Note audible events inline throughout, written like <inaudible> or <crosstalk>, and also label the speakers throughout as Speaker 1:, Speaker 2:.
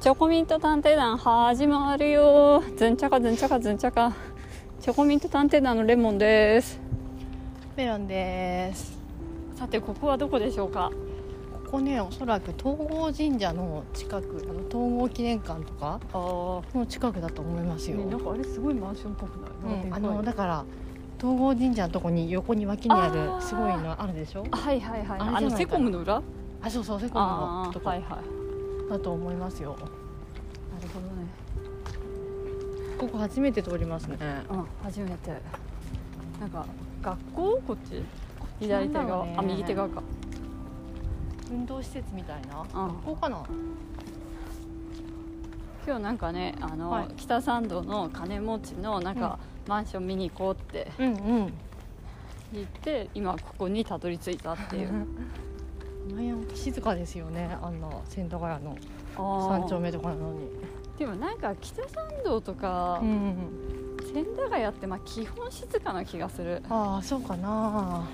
Speaker 1: チョコミント探偵団始まるよずんちゃかずんちゃかずんちゃかチョコミント探偵団のレモンです
Speaker 2: メロンです
Speaker 1: さてここはどこでしょうか
Speaker 2: ここねおそらく東郷神社の近くあの東郷記念館とか
Speaker 1: あ
Speaker 2: の近くだと思います
Speaker 1: あ、
Speaker 2: よ、
Speaker 1: ね、なんかあれすごいマンションっぽくない、
Speaker 2: うん、
Speaker 1: な
Speaker 2: あ
Speaker 1: んかでかい
Speaker 2: のだから東郷神社のとこに横に脇にあ
Speaker 1: あー
Speaker 2: るすごいのあるでしょ
Speaker 1: あはいはいはい
Speaker 2: あれじゃないかな
Speaker 1: あのセコムの裏
Speaker 2: あそうそうセコム
Speaker 1: あ
Speaker 2: のと
Speaker 1: あ
Speaker 2: こ
Speaker 1: はいはいなる
Speaker 2: だと思いますよ
Speaker 1: ほどね
Speaker 2: ここ初めて通りますね
Speaker 1: うん初めてなんか学校こっち左手
Speaker 2: なんだろ
Speaker 1: 側、
Speaker 2: うね
Speaker 1: あ右手側か
Speaker 2: 運動施設みたいな
Speaker 1: うん
Speaker 2: ここかな
Speaker 1: 今日なんかねあの、
Speaker 2: はい
Speaker 1: 北参道の金持ちのなんか、マンション見に行こうって
Speaker 2: うんうん
Speaker 1: 言って今ここにたどり着いたっていう
Speaker 2: 前は静かですよねあんな千駄ヶ谷の
Speaker 1: 山
Speaker 2: 三丁目とかなのに
Speaker 1: でもなんか北参道とか
Speaker 2: うんうんうん
Speaker 1: 千駄ヶ谷ってまあ基本静かな気がする
Speaker 2: ああそうかな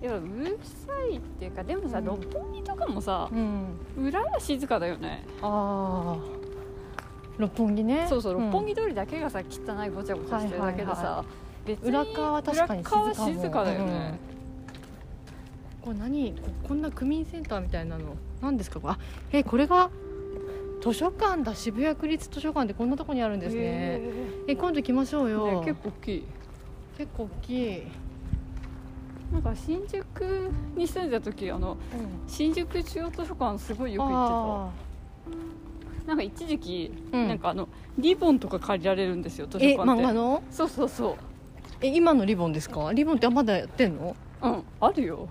Speaker 2: い
Speaker 1: やうるさいっていうかでもさ、
Speaker 2: うん
Speaker 1: 六本木とかもさ
Speaker 2: うん
Speaker 1: 裏は静かだよね
Speaker 2: ああ六本木ね
Speaker 1: そうそう六本
Speaker 2: 木、
Speaker 1: 木通りだけがさ汚いごちゃごちゃしてるだけでさ、
Speaker 2: はいはいは
Speaker 1: 別に
Speaker 2: 裏側は確かに静かも
Speaker 1: 裏側は静かだよね、
Speaker 2: うんこれ何ここんな区民センターみたいなの何ですかこれあえこれが図書館だ渋谷区立図書館ってこんなとこにあるんですね
Speaker 1: へ
Speaker 2: え今度行きましょ
Speaker 1: ー
Speaker 2: う
Speaker 1: ね
Speaker 2: よ、
Speaker 1: 結構大きい
Speaker 2: 結構大きい、うん、
Speaker 1: なんか新宿に住んでた時あの新宿中央図書館すごいよく行っ
Speaker 2: あ
Speaker 1: てたなんか一時期、
Speaker 2: ーうん
Speaker 1: なんかあのリボンとか借りられるんですよ図書
Speaker 2: え
Speaker 1: 館って
Speaker 2: 漫画の
Speaker 1: そうそうそ
Speaker 2: え今のリボンですかリボンってまだやってんの
Speaker 1: ううんあるよ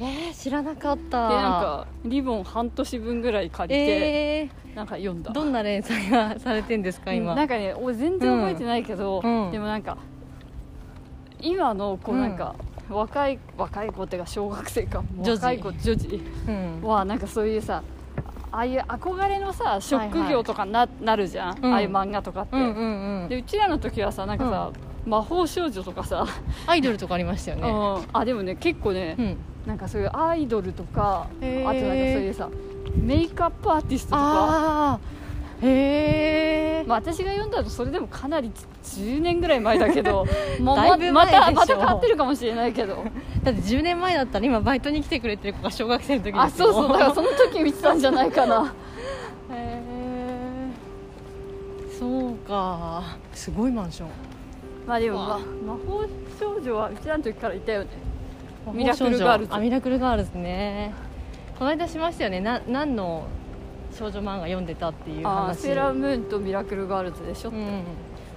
Speaker 2: えー、知らなかった
Speaker 1: でなんかリボン半年分ぐらい借りて、
Speaker 2: え
Speaker 1: なんか読んだ
Speaker 2: ー、どんな連載がされてんですか今、
Speaker 1: うんなんかね俺全然覚えてないけど、
Speaker 2: うん
Speaker 1: でもなんか今のこう
Speaker 2: うん
Speaker 1: なんか、若い若い子っていうか小学生か
Speaker 2: 女児
Speaker 1: 若い子女児
Speaker 2: うん
Speaker 1: はなんかそういうさああいう憧れのさ職業とかな,、なるじゃん、
Speaker 2: うん
Speaker 1: ああいう漫画とかって、
Speaker 2: うんうんう
Speaker 1: で
Speaker 2: ん
Speaker 1: うちらの時はさなんかさ、魔法少女とかさ、
Speaker 2: アイドルとかありましたよ
Speaker 1: う
Speaker 2: ね
Speaker 1: んあでもね結構ね、
Speaker 2: うん
Speaker 1: なんかそういうアイドルとか、
Speaker 2: へー
Speaker 1: あとなんかそういうさメイクアップアーティストとか
Speaker 2: ああへえ、
Speaker 1: まあ、私が読んだのそれでもかなり10年ぐらい前だけど <laughs> もう
Speaker 2: だ
Speaker 1: ま
Speaker 2: いぶ
Speaker 1: ま
Speaker 2: 前でしょ
Speaker 1: たまた変わってるかもしれないけど
Speaker 2: だって10年前だったら今バイトに来てくれてる子が小学生の時ですよ
Speaker 1: あそうそうだからその時見てたんじゃないか <laughs> な
Speaker 2: へえそうかすごいマンション
Speaker 1: まあでも、
Speaker 2: うわ
Speaker 1: ま、魔法少女はうちらの時からいたよねミ
Speaker 2: ミ
Speaker 1: ラクルガールズ
Speaker 2: あミラクルガールズねこの間しましたよねな何の少女漫画読んでたっていう
Speaker 1: あー
Speaker 2: 話
Speaker 1: セーラームーンとミラクルガールズでしょ、
Speaker 2: うん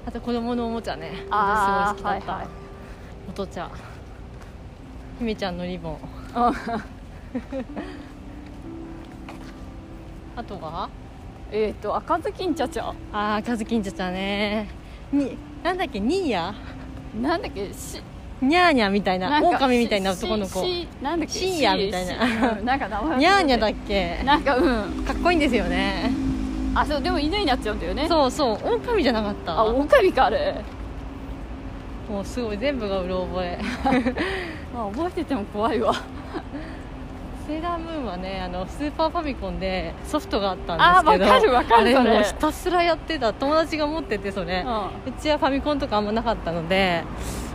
Speaker 2: あと子供のおもちゃね
Speaker 1: あー
Speaker 2: 私すごい好きだった、
Speaker 1: はいはい
Speaker 2: おとちゃん姫ちゃんのリボン
Speaker 1: あ
Speaker 2: あとは
Speaker 1: <laughs> えっ、と赤ずきんちゃちゃ
Speaker 2: ああカズキンちゃちゃねになんだっけニーヤ
Speaker 1: なんだっけし
Speaker 2: ニャーニャーみたいな
Speaker 1: なん
Speaker 2: 狼
Speaker 1: か
Speaker 2: みたいな男の子
Speaker 1: し
Speaker 2: ニ
Speaker 1: しなんだっけ
Speaker 2: 深夜みたいな
Speaker 1: ししうんなんか名前忘れて
Speaker 2: ャーニャだっけ
Speaker 1: なんかうん
Speaker 2: かっこいいんですよね
Speaker 1: あそうでも犬になっちゃうんだよね
Speaker 2: そうそう狼じゃなかった
Speaker 1: あオオカミかあれ
Speaker 2: もうすごい全部がうろ覚え <laughs>
Speaker 1: まあ、覚えてても怖いわ
Speaker 2: セーラームーンはねあのスーパーファミコンでソフトがあった
Speaker 1: あ
Speaker 2: んですけど
Speaker 1: わかるわかる
Speaker 2: あ
Speaker 1: それ
Speaker 2: れもうひたすらやってた友達が持っててそれ、うちはファミコンとかあんまなかったので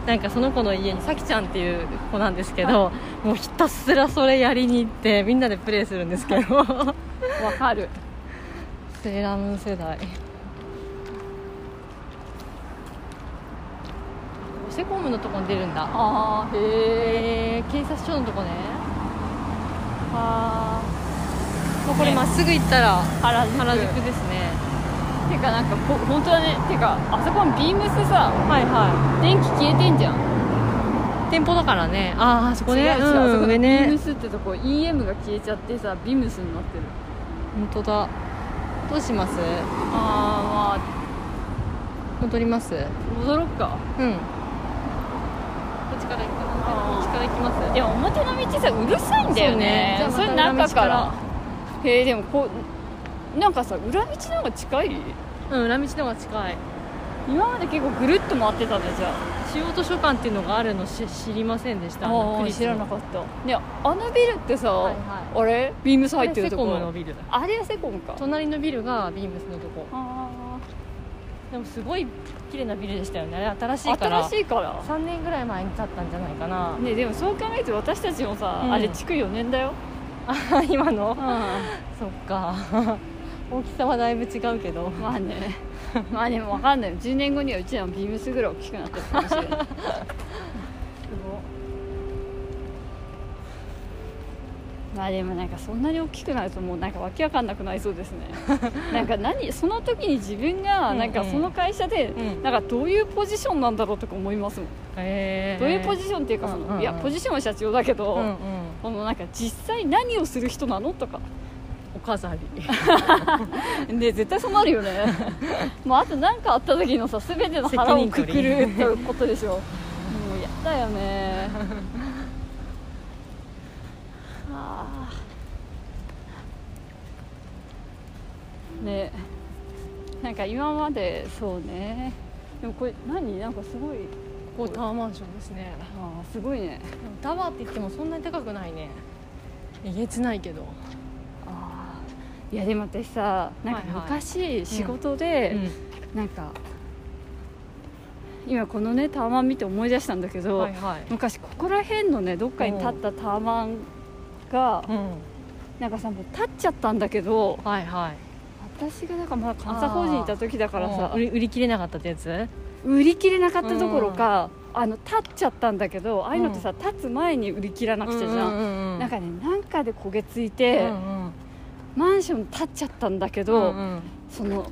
Speaker 2: なんかその子の家にさきちゃんっていう子なんですけど、もうひたすらそれやりに行ってみんなでプレイするんですけど
Speaker 1: うんわかる
Speaker 2: <laughs> セーラームーン世代おセコムのとこに出るんだ
Speaker 1: ああへえ
Speaker 2: えー、警察署のとこね
Speaker 1: あ
Speaker 2: もうこれまっすぐ行ったら
Speaker 1: ー原宿
Speaker 2: 原宿ですね
Speaker 1: てかなんかほ本当だねてかあそこのビームスさ
Speaker 2: はいは
Speaker 1: 電気消えてんじゃん
Speaker 2: い店舗だからねあああそこね
Speaker 1: 違う違う、あそこビ
Speaker 2: ん、上
Speaker 1: ーム
Speaker 2: ね
Speaker 1: スってとこ EM が消えちゃってさビームスになってる
Speaker 2: 本当だどうします
Speaker 1: ああ
Speaker 2: 戻りますうんこ
Speaker 1: まあ戻ろっか
Speaker 2: っちから行く
Speaker 1: あー
Speaker 2: こっちから行きます
Speaker 1: でも表の道さうるさいんだよね
Speaker 2: そうね
Speaker 1: それ
Speaker 2: じゃあ
Speaker 1: 中
Speaker 2: また裏道
Speaker 1: か
Speaker 2: からら
Speaker 1: へえでもこうなんかさ裏道の方が近い
Speaker 2: うん裏道の方が近い
Speaker 1: 今まで結構ぐるっと回ってたねじゃあ
Speaker 2: 中央図書館っていうのがあるのし知りませんでしたあの
Speaker 1: あ
Speaker 2: 区
Speaker 1: あ
Speaker 2: 立
Speaker 1: 知らなかったねあのビルってさ、
Speaker 2: はい
Speaker 1: あれビームス
Speaker 2: は
Speaker 1: 入
Speaker 2: い
Speaker 1: ってると
Speaker 2: セコ
Speaker 1: こ
Speaker 2: ムのビルだ
Speaker 1: あれはセコムか
Speaker 2: 隣のビルがビームスのとこ
Speaker 1: あ
Speaker 2: でもすごい綺麗なビルでしたよねあれ新し
Speaker 1: ー
Speaker 2: いから
Speaker 1: 新しいから
Speaker 2: 3年ぐらい前に建ったんじゃないかな、
Speaker 1: ねでもそう考えて私たちもさ、
Speaker 2: うん
Speaker 1: あれ築4年だよ、
Speaker 2: あ今の
Speaker 1: ま
Speaker 2: そっか <laughs> 大きさはだいぶ違うけど
Speaker 1: あね <laughs> まあね分かんない10年後にはうちらもビームスぐらい大きくなってるかもしれないまあでもなんかそんなに大きくなるともうなんかわけわかんなくなりそうですね
Speaker 2: <laughs>
Speaker 1: なんか何その時に自分がなんか
Speaker 2: うんうん
Speaker 1: その会社で
Speaker 2: うん
Speaker 1: なんかどういうポジションなんだろうとか思いますもん、
Speaker 2: へえ
Speaker 1: どういうポジションっていうかその、
Speaker 2: うんうんうん
Speaker 1: いやポジションは社長だけど、
Speaker 2: うんうん
Speaker 1: このなんか実際何をする人なのとか
Speaker 2: お飾り
Speaker 1: で絶対そうなるよ <laughs> ねもうあと何かあった時のさ全ての腹をくく
Speaker 2: 責
Speaker 1: るってことでしょもうやだよね <laughs> あーねなんか今までそうねでもこれ何なんかすごい
Speaker 2: <laughs> ここタワーマンションですね
Speaker 1: あーすごいね
Speaker 2: でもタワーって言ってもそんなに高くないねえげつないけど、
Speaker 1: あーいやでも私さなんか
Speaker 2: はいはい
Speaker 1: 昔仕事で、なんか今このねタワマン見て思い出したんだけど、
Speaker 2: はいはい、
Speaker 1: 昔ここら辺のねどっかに立ったタワマンが
Speaker 2: うん、
Speaker 1: なんかさもう立っちゃったんだけど
Speaker 2: はいはい
Speaker 1: 私がなんかまだ監査法人にいた時だからさ
Speaker 2: うん売り売り切れなかったってやつ
Speaker 1: 売り切れなかったどころか、あの立っちゃったんだけどああいうのってさ立つ前に売り切らなくちゃじゃん。
Speaker 2: うんうんうん
Speaker 1: なんかねなんかで焦げついうて、
Speaker 2: んうん
Speaker 1: マンション立っちゃったんだけど、
Speaker 2: うんうん
Speaker 1: その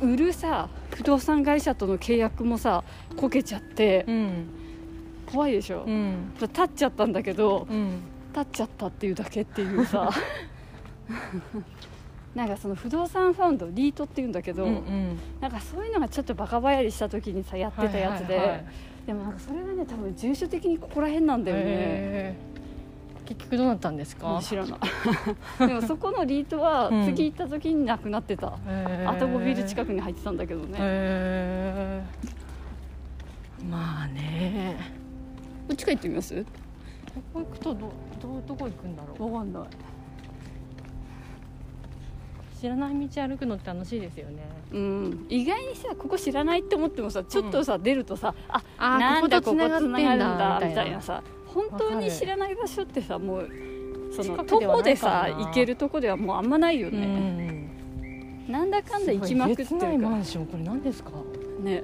Speaker 1: 売るさ不動産会社との契約もさこけちゃって、
Speaker 2: うん
Speaker 1: 怖いでしょ、
Speaker 2: うん
Speaker 1: 立っちゃったんだけど
Speaker 2: うん
Speaker 1: 立っちゃったっていうだけっていうさ <laughs> なんかその不動産ファウンドリートっていうんだけど、
Speaker 2: うん
Speaker 1: なんかそういうのがちょっとバカバヤりした時にさやってたやつで、
Speaker 2: はいはいはい
Speaker 1: でもなんかそれがね多分住所的にここら辺なんだよね
Speaker 2: へー結局どうなったんですか
Speaker 1: 知らない <laughs> でもそこのリートは
Speaker 2: うん
Speaker 1: 次行った時になくなってた、
Speaker 2: あ
Speaker 1: あと5ビル近
Speaker 2: く
Speaker 1: くに入ってたんだけどね、
Speaker 2: へーまあね
Speaker 1: こっちから行ってみます
Speaker 2: ここ行くとどどどこ行くんだろう
Speaker 1: わかんない
Speaker 2: 知らない道歩くのって楽しいですよね
Speaker 1: うん、意外にさここ知らないって思ってもさちょっとさ、出るとさあ
Speaker 2: あー
Speaker 1: なんだ
Speaker 2: こ
Speaker 1: こ
Speaker 2: こと
Speaker 1: こ
Speaker 2: 繋が
Speaker 1: 繋
Speaker 2: ってんだ
Speaker 1: がるんだ
Speaker 2: み
Speaker 1: み
Speaker 2: た
Speaker 1: た
Speaker 2: い
Speaker 1: い
Speaker 2: な
Speaker 1: なさ本当に知らない場所ってさもうその
Speaker 2: 近く
Speaker 1: 徒
Speaker 2: では
Speaker 1: 歩
Speaker 2: ない
Speaker 1: で
Speaker 2: からな
Speaker 1: さ行けるとこではもうあんまないよね、
Speaker 2: ん
Speaker 1: なんだかんだ行きまくってる
Speaker 2: すごいえげつない
Speaker 1: か
Speaker 2: マ
Speaker 1: ら
Speaker 2: ンションこれ何ですか
Speaker 1: ね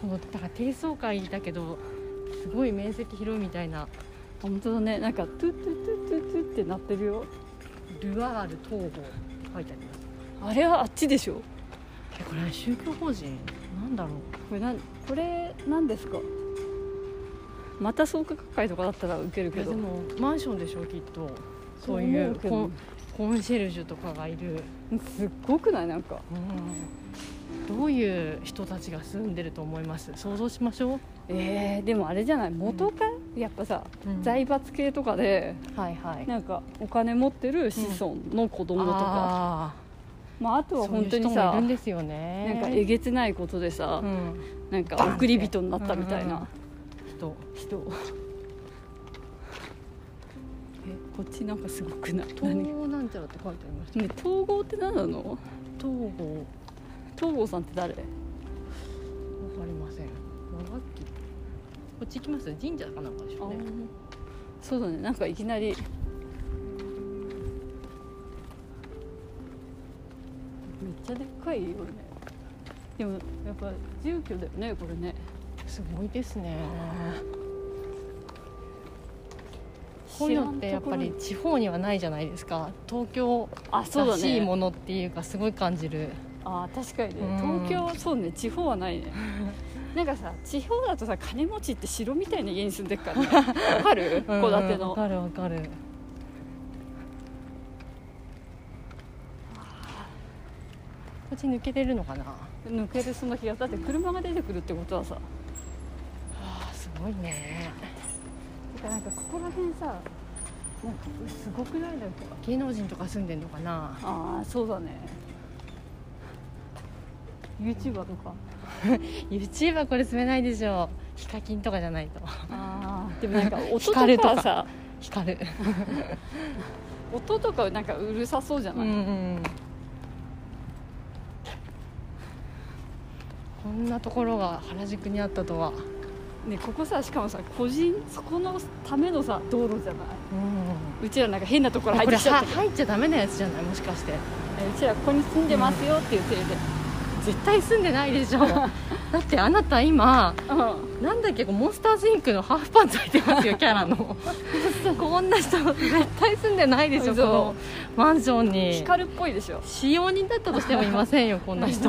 Speaker 2: このだから低層階だけどすごい面積広いみたいな
Speaker 1: 本当だねなんかトゥトゥトゥトゥトゥってなってるよ
Speaker 2: ルアール東郷書いてあります
Speaker 1: あれはあっちでしょ
Speaker 2: えこれ宗教法人なんだろう
Speaker 1: これなんこれなんですかまた創価学会とかだったらウケる
Speaker 2: い
Speaker 1: け
Speaker 2: やで
Speaker 1: ど
Speaker 2: もマンションでしょきっとそういう
Speaker 1: そう
Speaker 2: コ
Speaker 1: 思う
Speaker 2: ンコンシェルジュとかがいる、
Speaker 1: けどすっごくないなんか
Speaker 2: どういう人たちが住んでると思います想像しましょ
Speaker 1: えー、でもあれじゃない元か、やっぱさ
Speaker 2: う、
Speaker 1: 財閥系とかで
Speaker 2: はいはい
Speaker 1: なんかお金持ってる子孫の子供とか、
Speaker 2: あ
Speaker 1: まあ、あ
Speaker 2: ー
Speaker 1: と
Speaker 2: そう
Speaker 1: は本当
Speaker 2: いう
Speaker 1: に
Speaker 2: 人も
Speaker 1: さ
Speaker 2: いるんですよね
Speaker 1: なんかえげつないことでさ、
Speaker 2: うん
Speaker 1: なんか送り人になったみたいな
Speaker 2: 人
Speaker 1: 人、えこっちなんかすごくない
Speaker 2: 統
Speaker 1: 何ね
Speaker 2: 合なんちゃらって書いてありました
Speaker 1: 統合って何なの
Speaker 2: 統合わ
Speaker 1: 統合さんって誰
Speaker 2: かりません和楽器こっち行きます神社かなんかでしょうね
Speaker 1: そうだねなんかいきなりめっちゃでっかいよねでもやっぱ住居だよねこれね
Speaker 2: すごいですねこういうのってやっぱり地方にはないじゃないですか東京
Speaker 1: あそう
Speaker 2: ら
Speaker 1: だ
Speaker 2: し
Speaker 1: ね
Speaker 2: いものっていうかすごい感じる
Speaker 1: あ確かにね
Speaker 2: うん
Speaker 1: 東京はそうね地方は <laughs> ないねなんかさ地方だとさ金持ちって城みたいな家に住んでるからね <laughs> わかる
Speaker 2: うん
Speaker 1: 戸建て
Speaker 2: わ
Speaker 1: の
Speaker 2: かるわかるこっち抜けれるのかな
Speaker 1: 抜けるその日がだって車が出てくるってことはさ
Speaker 2: あすごいね
Speaker 1: てかなんかここら辺さなんかすごくないなんか
Speaker 2: 芸能人とか住んでんのかな
Speaker 1: ああそうだね YouTuber とか
Speaker 2: YouTuber はこれ積めないでしょうヒカキンとかじゃないと
Speaker 1: あーでもなんか <laughs> 音とか
Speaker 2: 光ると
Speaker 1: さ
Speaker 2: か光る
Speaker 1: 音とかなんかうるさそうじゃ
Speaker 2: うん
Speaker 1: な
Speaker 2: う
Speaker 1: い、
Speaker 2: んこんなところが原宿にあったとは、
Speaker 1: ねここさしかもさ個人そこのためのさ道路じゃない
Speaker 2: うん、
Speaker 1: うちらなんか変なところ入
Speaker 2: こ
Speaker 1: って
Speaker 2: れ
Speaker 1: きちゃっ
Speaker 2: は
Speaker 1: たけど
Speaker 2: 入っちゃダメなやつじゃないもしかして
Speaker 1: えうちらここに住んでますよっていうせいで
Speaker 2: 絶対住んでない
Speaker 1: <laughs>
Speaker 2: でしょだってあなた今
Speaker 1: うん
Speaker 2: なんだっけモンスターズインクのハーフパンツ履いてますよキャラ
Speaker 1: <laughs>
Speaker 2: のこんな人絶対住んでないでしょこ
Speaker 1: 嘘
Speaker 2: のマンションに
Speaker 1: 光るっぽいでしょ
Speaker 2: 使用人だったとしてもいません <laughs> よこんな人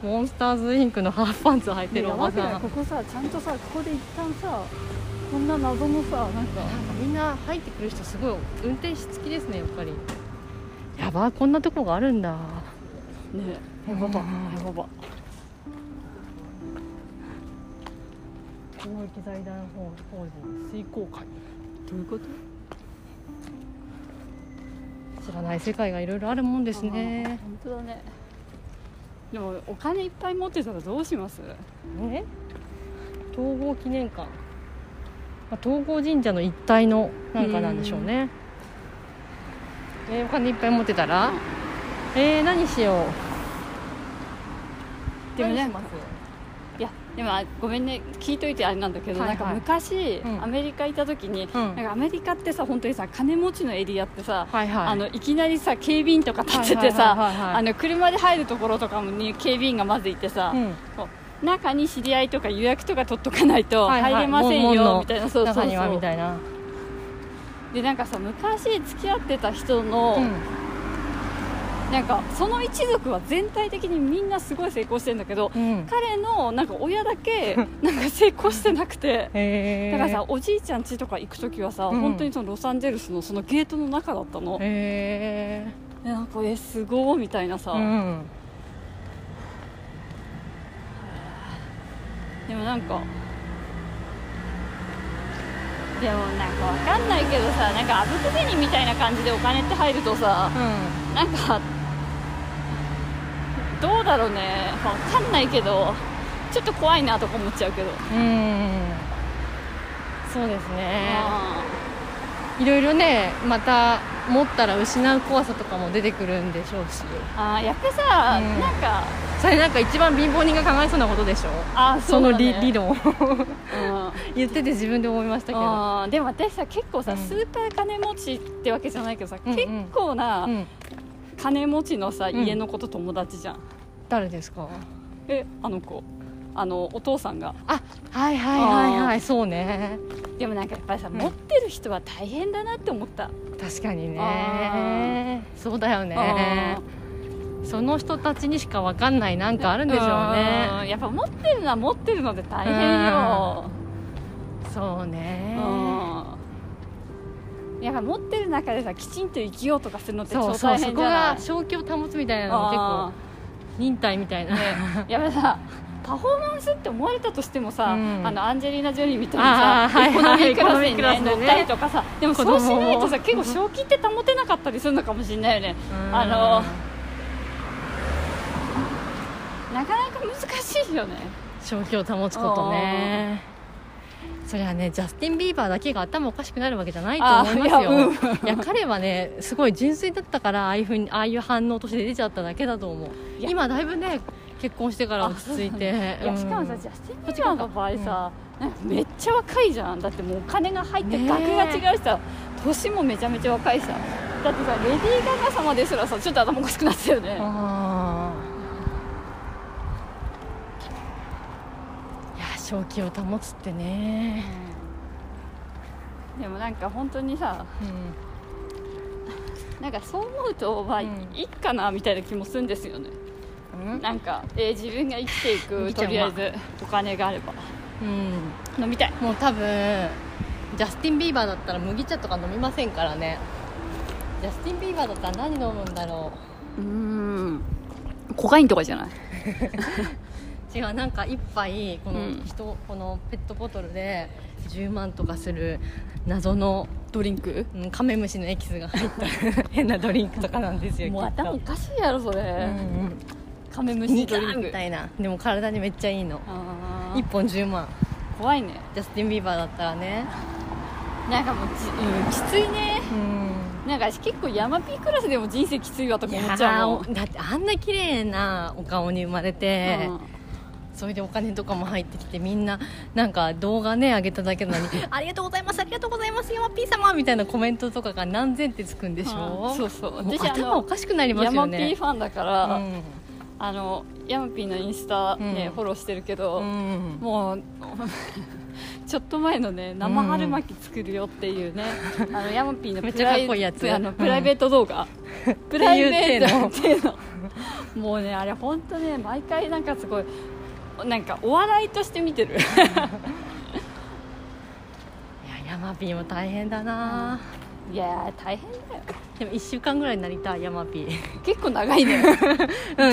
Speaker 2: モンスターズインクのハーフパンツ履いて
Speaker 1: ね
Speaker 2: る
Speaker 1: や
Speaker 2: おば
Speaker 1: ば
Speaker 2: さ
Speaker 1: く
Speaker 2: ん、
Speaker 1: ないここさちゃんとさここで一旦さこんな謎のさなんか
Speaker 2: なんかみんな入ってくる人すごい運転手付きですねやっぱりやばこんなとこがあるんだ
Speaker 1: ね
Speaker 2: やば
Speaker 1: やばば
Speaker 2: 公益財団法人水耕会
Speaker 1: どういうこと
Speaker 2: 知らない世界がいろいろあるもんです
Speaker 1: あー
Speaker 2: ね
Speaker 1: 本当だねでもお金いっぱい持ってたらどうします
Speaker 2: ね統合記念館、まあ、統合神社の一体のなんかなんでしょうねえーお金いっぱい持ってたらえー、何しよう
Speaker 1: でもね
Speaker 2: 何します
Speaker 1: いやでもあごめんね聞いといてあれなんだけど、
Speaker 2: はいはい
Speaker 1: なんか昔、
Speaker 2: うん
Speaker 1: アメリカ行った時に、
Speaker 2: うん
Speaker 1: なんかアメリカってさ本当にさ金持ちのエリアってさ、
Speaker 2: はいはい
Speaker 1: あのいきなりさ警備員とか立ってて
Speaker 2: はいはいはいはい
Speaker 1: さあの車で入るところとかに警備員がまずいてさ、
Speaker 2: うん
Speaker 1: こう中に知り合いとか予約とか取っとかないと
Speaker 2: はいはい
Speaker 1: 入れません
Speaker 2: 門門
Speaker 1: よ
Speaker 2: の
Speaker 1: みたいな、そうそうそ
Speaker 2: 中にはみ
Speaker 1: う
Speaker 2: たいな、
Speaker 1: でなんかさ昔付き合ってた人の、なんかその一族は全体的にみんなすごい成功してるんだけど、
Speaker 2: うん
Speaker 1: 彼のなんか親だ
Speaker 2: <laughs>
Speaker 1: けなんか成功してなくて。
Speaker 2: へえ
Speaker 1: だからさおじいちゃん家とか行く時はさ、
Speaker 2: うん
Speaker 1: 本当にそのロサンゼルスのそのゲートの中だったの、
Speaker 2: へえ
Speaker 1: えなんかえすごいみたいなさ、
Speaker 2: うん
Speaker 1: でもなんかでもなんかわかんないけどさなんかあぶく銭みたいな感じでお金って入るとさ
Speaker 2: う
Speaker 1: なんかどうだろうねわかんないけどちょっと怖いなとか思っちゃうけど、
Speaker 2: んうんそうですね
Speaker 1: あ
Speaker 2: いろいろねまた持ったら失う怖さとかも出てくるんでしょうし
Speaker 1: ーあーやっぱさ、
Speaker 2: うん
Speaker 1: なんか
Speaker 2: それなんか一番貧乏人が考えそうなことでしょ
Speaker 1: あー
Speaker 2: そうの
Speaker 1: だね
Speaker 2: 理理論
Speaker 1: うん
Speaker 2: <laughs> 言ってて自分で思いましたけど
Speaker 1: あーでも私さ結構さ、
Speaker 2: うん
Speaker 1: スーパー金持ちってわけじゃないけどさ、
Speaker 2: うんうん
Speaker 1: 結構な
Speaker 2: うん
Speaker 1: 金持ちのさ、
Speaker 2: うん
Speaker 1: 家の子と友達じゃん
Speaker 2: 誰ですか
Speaker 1: えあの子あのお父さんが
Speaker 2: あはいはいはいはいそうね
Speaker 1: でもなんかやっぱりさ、
Speaker 2: ん
Speaker 1: 持ってる人は大変だなって思った、
Speaker 2: 確かに
Speaker 1: あ
Speaker 2: ねそうだよね
Speaker 1: あー
Speaker 2: その人たちにしか分かんないなんかあるんでしょうね
Speaker 1: んやっぱ持ってるのは持ってるので大変よ、
Speaker 2: そうね
Speaker 1: うんやっぱ持ってる中でさきちんと生きようとかするのって
Speaker 2: そ
Speaker 1: 超
Speaker 2: うそう
Speaker 1: 大
Speaker 2: そ
Speaker 1: 変
Speaker 2: こ
Speaker 1: じゃない
Speaker 2: が正気を保つみたいなのも結構忍耐みたいな、
Speaker 1: 構やっぱさパフォーマンスって思われたとしてもさ、
Speaker 2: うん
Speaker 1: あのアンジェリーナ・ジョリーみたい
Speaker 2: あ
Speaker 1: な
Speaker 2: ーは
Speaker 1: さエ
Speaker 2: い
Speaker 1: コノ
Speaker 2: は
Speaker 1: ミ
Speaker 2: い
Speaker 1: ークラスに、ね
Speaker 2: エコノミークラスで
Speaker 1: 乗
Speaker 2: ね
Speaker 1: ったりとかさでもそうしないとさ
Speaker 2: 子供を
Speaker 1: 結構正気って保てなかったりするのかもしれないよね、
Speaker 2: うん
Speaker 1: あのなかなか難しいよね
Speaker 2: 正気を保つことねそりゃねジャスティン・ビーバーだけが頭おかしくなるわけじゃないと思いますよ
Speaker 1: あ
Speaker 2: い
Speaker 1: い
Speaker 2: や,、
Speaker 1: やうん
Speaker 2: 彼はねすごい純粋だったからああいうふうにああいう反応として出ちゃっただけだと思う
Speaker 1: いや
Speaker 2: 今だいぶね結婚してから落ち着いて
Speaker 1: いやしかもさ
Speaker 2: うん
Speaker 1: ジャスティン・ビーバーの場合さ、なんかめっちゃ若いじゃんだってもうお金が入って
Speaker 2: ねえ
Speaker 1: 額が違うしさ年もめちゃめちゃ若いしさだってさレディー・ガガ様ですらさちょっと頭おかしくなってたよね
Speaker 2: ああいや正気を保つってね、
Speaker 1: でもなんか本当にさ
Speaker 2: うん、
Speaker 1: なんかそう思うとまあ、
Speaker 2: うん
Speaker 1: いいかなみたいな気もするんですよね
Speaker 2: うん
Speaker 1: なんか、えー自分が生きてい
Speaker 2: い
Speaker 1: く
Speaker 2: いじ
Speaker 1: と
Speaker 2: ゃん
Speaker 1: りあえずお金があれば飲みたい
Speaker 2: もう多分ジャスティン・ビーバーだったら麦茶とか飲みませんからねジャスティン・ビーバーだったら何飲むんだろ
Speaker 1: うんコカインとかじゃないう
Speaker 2: 違うなんか一杯こ
Speaker 1: うん
Speaker 2: の人、このペットボトルで10万とかする謎の、
Speaker 1: ドリンク
Speaker 2: うん、カメムシのエ <laughs> キスが入った変なドリンクとかなんですよ
Speaker 1: もう
Speaker 2: きっと
Speaker 1: 頭おかしいやろそれ、
Speaker 2: うんうん
Speaker 1: カメムシ
Speaker 2: ニ
Speaker 1: ド
Speaker 2: カ
Speaker 1: リン
Speaker 2: ー
Speaker 1: ク
Speaker 2: みたいなでも体にめっちゃいいの
Speaker 1: あー
Speaker 2: 1本10万
Speaker 1: 怖いね
Speaker 2: ジャスティン・ビーバーだったらね
Speaker 1: なんかもうじ、うん、きついね
Speaker 2: うん
Speaker 1: なんか私結構山 P クラスでも人生きついわと
Speaker 2: い
Speaker 1: か
Speaker 2: や
Speaker 1: 思っちゃうもん
Speaker 2: ーだってあんな綺麗なお顔に生まれて、
Speaker 1: うん
Speaker 2: それでお金とかも入ってきてみんななんか動画ね上げただけなの
Speaker 1: <laughs>
Speaker 2: に「ありがとうございますありがとうございます山 P 様」みたいなコメントとかが何千ってつくんでしょ、
Speaker 1: うんそうそう
Speaker 2: もう
Speaker 1: 私あの
Speaker 2: 頭おかしくなりますよ
Speaker 1: 山 P
Speaker 2: ね
Speaker 1: ファンだから、
Speaker 2: うん
Speaker 1: あの山 P のインスタ、ね
Speaker 2: うん
Speaker 1: フォローしてるけど、
Speaker 2: うん
Speaker 1: もう <laughs> ちょっと前のね生春巻き作るよっていうね、あのヤマピーの
Speaker 2: めっ
Speaker 1: プ
Speaker 2: ちゃ
Speaker 1: ラ
Speaker 2: かっ
Speaker 1: イ
Speaker 2: こいいやつ
Speaker 1: あの
Speaker 2: うん
Speaker 1: プライベート動
Speaker 2: <laughs>
Speaker 1: 画、プライベートっていうのもうねあれ本当ね毎回なんかすごいなんかお笑いとして見てる
Speaker 2: いや山 P も大変だない
Speaker 1: やー大変だよ
Speaker 2: でも1週間ぐらいになりたい山 P、
Speaker 1: 結構長い
Speaker 2: <laughs>
Speaker 1: ね
Speaker 2: うん、